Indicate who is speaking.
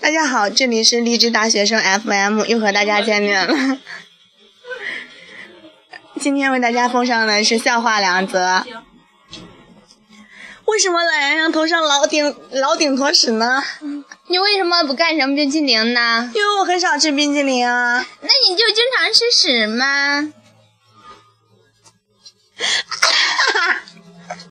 Speaker 1: 大家好，这里是励志大学生 FM，又和大家见面了。今天为大家奉上的是笑话两则。为什么懒羊羊头上老顶老顶坨屎呢？
Speaker 2: 你为什么不干什么冰淇淋呢？
Speaker 1: 因为我很少吃冰激凌啊。
Speaker 2: 那你就经常吃屎吗？